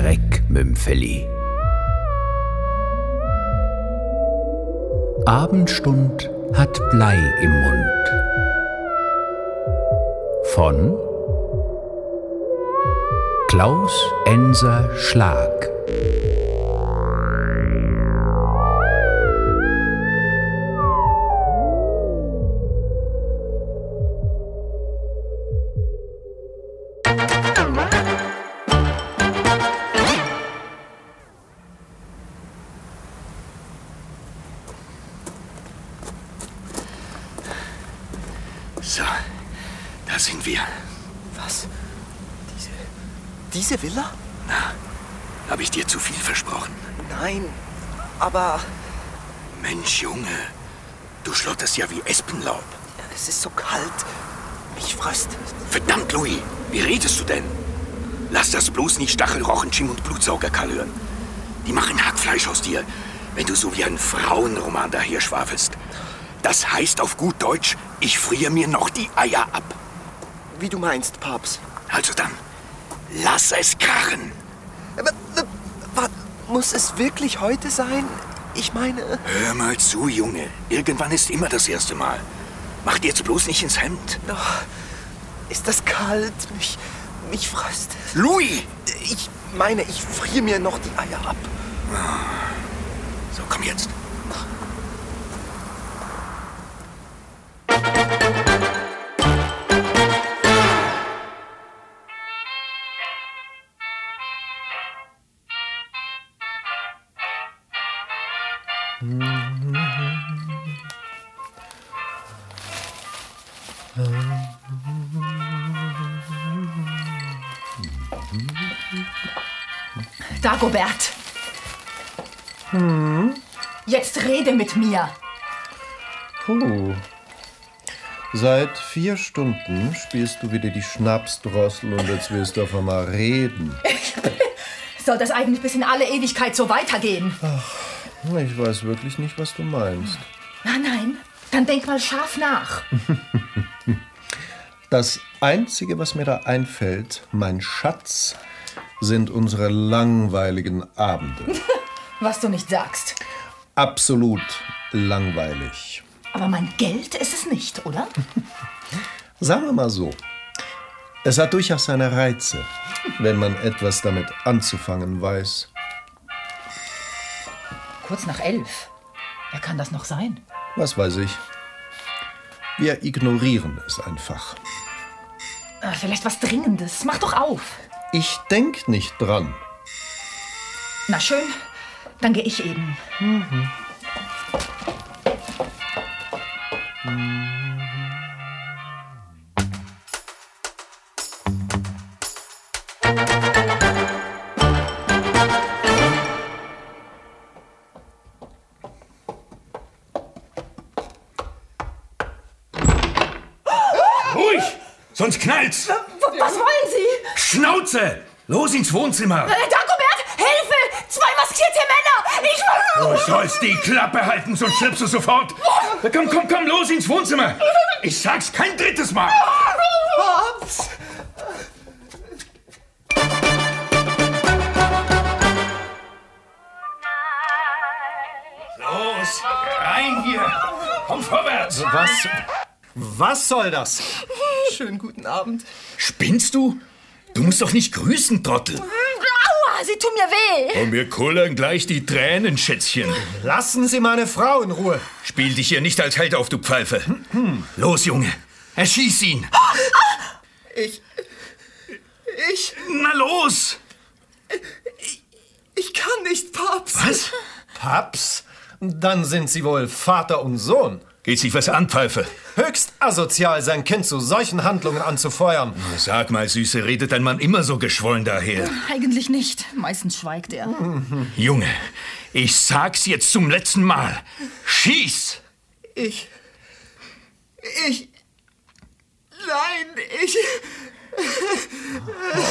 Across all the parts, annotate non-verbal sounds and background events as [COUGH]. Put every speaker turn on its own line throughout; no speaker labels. mit dem Felli. Abendstund hat Blei im Mund. Von Klaus Enser Schlag.
So, da sind wir.
Was? Diese. Diese Villa?
Na, habe ich dir zu viel versprochen?
Nein, aber
Mensch, Junge, du schlotterst ja wie Espenlaub.
es ist so kalt. Mich fröst.
Verdammt, Louis, wie redest du denn? Lass das bloß nicht Stachelrochen, Chim und Blutsaugerkall hören. Die machen Hackfleisch aus dir, wenn du so wie ein Frauenroman daher schwafelst. Das heißt auf gut Deutsch, ich friere mir noch die Eier ab.
Wie du meinst, Papst.
Also dann, lass es krachen.
Aber, äh, wa- Muss es wirklich heute sein? Ich meine,
Hör mal zu, Junge. Irgendwann ist immer das erste Mal. Mach dir jetzt bloß nicht ins Hemd.
oh, ist das kalt? Mich, mich fröst.
Louis!
Ich meine, ich friere mir noch die Eier ab.
So, komm jetzt.
Dagobert! Jetzt rede mit mir!
Puh. Seit vier Stunden spielst du wieder die Schnapsdrossel und jetzt willst du auf einmal reden.
Soll das eigentlich bis in alle Ewigkeit so weitergehen?
Ich weiß wirklich nicht, was du meinst.
Nein, Ah, nein. Dann denk mal scharf nach.
Das Einzige, was mir da einfällt, mein Schatz, sind unsere langweiligen Abende.
Was du nicht sagst.
Absolut langweilig.
Aber mein Geld ist es nicht, oder?
Sagen wir mal so, es hat durchaus seine Reize, wenn man etwas damit anzufangen weiß.
Kurz nach elf. Wer kann das noch sein?
Was weiß ich. Wir ignorieren es einfach.
Ah, vielleicht was Dringendes. Mach doch auf.
Ich denk nicht dran.
Na schön, dann gehe ich eben.
Ruhig! Sonst knallt's!
Was wollen Sie?
Schnauze! Los ins Wohnzimmer!
Äh, Dagobert, Hilfe! Zwei maskierte Männer! Ich
Du sollst die Klappe halten, sonst stirbst du sofort! Komm, komm, komm, los ins Wohnzimmer! Ich sag's kein drittes Mal!
Papst!
Los! Rein hier! Komm vorwärts!
Was? Was soll das?
Schönen guten Abend.
Spinnst du? Du musst doch nicht grüßen, Trottel!
Hm, Aua, Sie tun mir weh!
Und Oh, mir kullern gleich die Tränen, Schätzchen.
Lassen Sie meine Frau in Ruhe.
Spiel dich hier nicht als Held auf, du Pfeife. Hm, Los, Junge! Erschieß ihn!
Ich. Ich.
Na los!
Ich kann nicht, Papst.
Was?
Paps? Dann sind Sie wohl Vater und Sohn.
Geht sich was an, Pfeife?
Höchst asozial, sein Kind zu solchen Handlungen anzufeuern.
Sag mal, Süße, redet ein Mann immer so geschwollen daher?
Eigentlich nicht. Meistens schweigt er.
Junge, ich sag's jetzt zum letzten Mal. Schieß!
Ich. Ich. Nein, ich.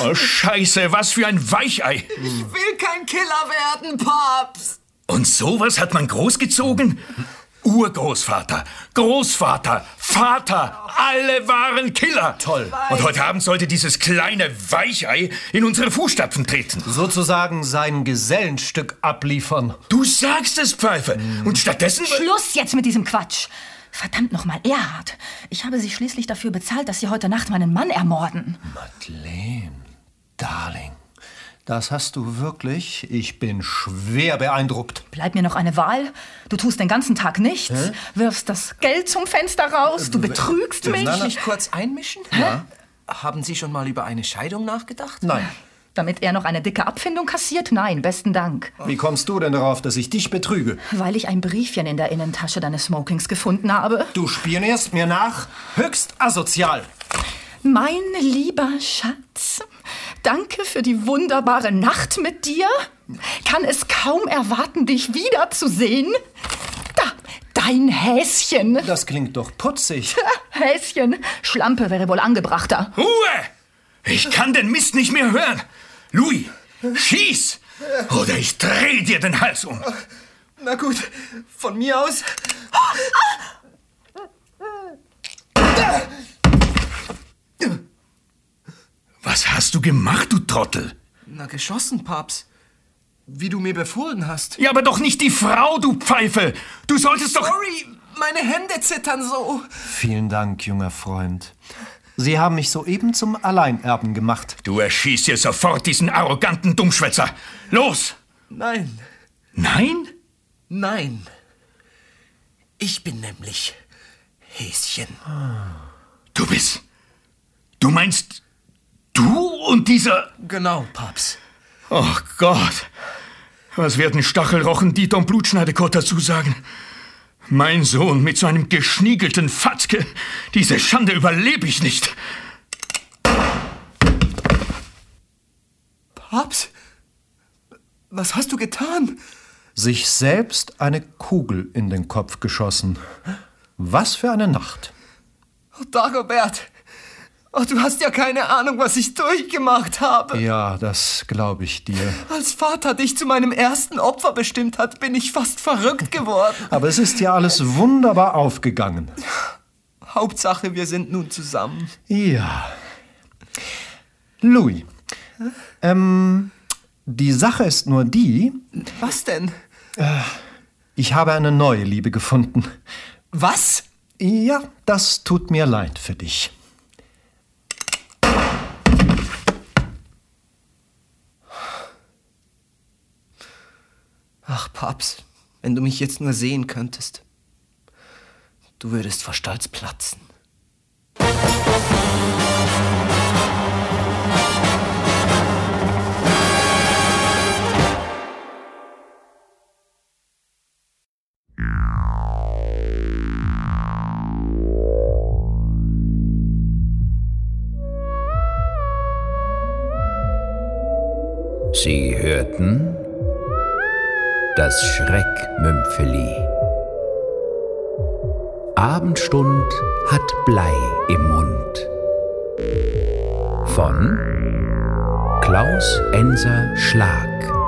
Oh, Scheiße, was für ein Weichei.
Ich will kein Killer werden, Papst.
Und sowas hat man großgezogen? Urgroßvater, Großvater, Vater, alle waren Killer. Toll. Und heute Abend sollte dieses kleine Weichei in unsere Fußstapfen treten.
Sozusagen sein Gesellenstück abliefern.
Du sagst es, Pfeife. Und stattdessen...
Schluss jetzt mit diesem Quatsch. Verdammt nochmal, Erhard. Ich habe Sie schließlich dafür bezahlt, dass Sie heute Nacht meinen Mann ermorden.
Madeleine, Darling, das hast du wirklich. Ich bin schwer beeindruckt.
Bleibt mir noch eine Wahl. Du tust den ganzen Tag nichts, wirfst das Geld zum Fenster raus, du betrügst mich.
Darf ich kurz einmischen? Ja. Haben Sie schon mal über eine Scheidung nachgedacht?
Nein.
Damit er noch eine dicke Abfindung kassiert? Nein, besten Dank.
Wie kommst du denn darauf, dass ich dich betrüge?
Weil ich ein Briefchen in der Innentasche deines Smokings gefunden habe.
Du spionierst mir nach. Höchst asozial.
Mein lieber Schatz, danke für die wunderbare Nacht mit dir. Kann es kaum erwarten, dich wiederzusehen. Da, dein Häschen.
Das klingt doch putzig.
Häschen, Schlampe wäre wohl angebrachter.
Ruhe! Ich kann den Mist nicht mehr hören. Louis, schieß! Oder ich dreh dir den Hals um.
Na gut, von mir aus.
Was hast du gemacht, du Trottel?
Na, geschossen, Papst. Wie du mir befohlen hast.
Ja, aber doch nicht die Frau, du Pfeife. Du solltest doch...
Sorry, meine Hände zittern so.
Vielen Dank, junger Freund. Sie haben mich soeben zum Alleinerben gemacht.
Du erschießt hier sofort diesen arroganten Dummschwätzer. Los!
Nein,
Nein?
nein. Ich bin nämlich Häschen.
Du bist... Du meinst... Du und dieser...
Genau, Papst.
Oh Gott. Was werden Stachelrochen Dieter und Blutschneidekott dazu sagen? Mein Sohn mit so einem geschniegelten Fatzke. Diese Schande überlebe ich nicht.
Papst? Was hast du getan?
Sich selbst eine Kugel in den Kopf geschossen. Was für eine Nacht.
Oh, Dagobert. Oh, du hast ja keine Ahnung, was ich durchgemacht habe.
Ja, das glaube ich dir.
Als Vater dich zu meinem ersten Opfer bestimmt hat, bin ich fast verrückt geworden. [LAUGHS]
Aber es ist ja alles wunderbar aufgegangen.
Hauptsache, wir sind nun zusammen.
Ja. Louis, ähm, die Sache ist nur die,
Was denn?
ich habe eine neue Liebe gefunden.
Was?
Ja, das tut mir leid für dich.
Ach, Papst, wenn du mich jetzt nur sehen könntest. Du würdest vor Stolz platzen.
Sie hörten das Schreckmümpfeli. Abendstund hat Blei im Mund. Von Klaus Enser Schlag.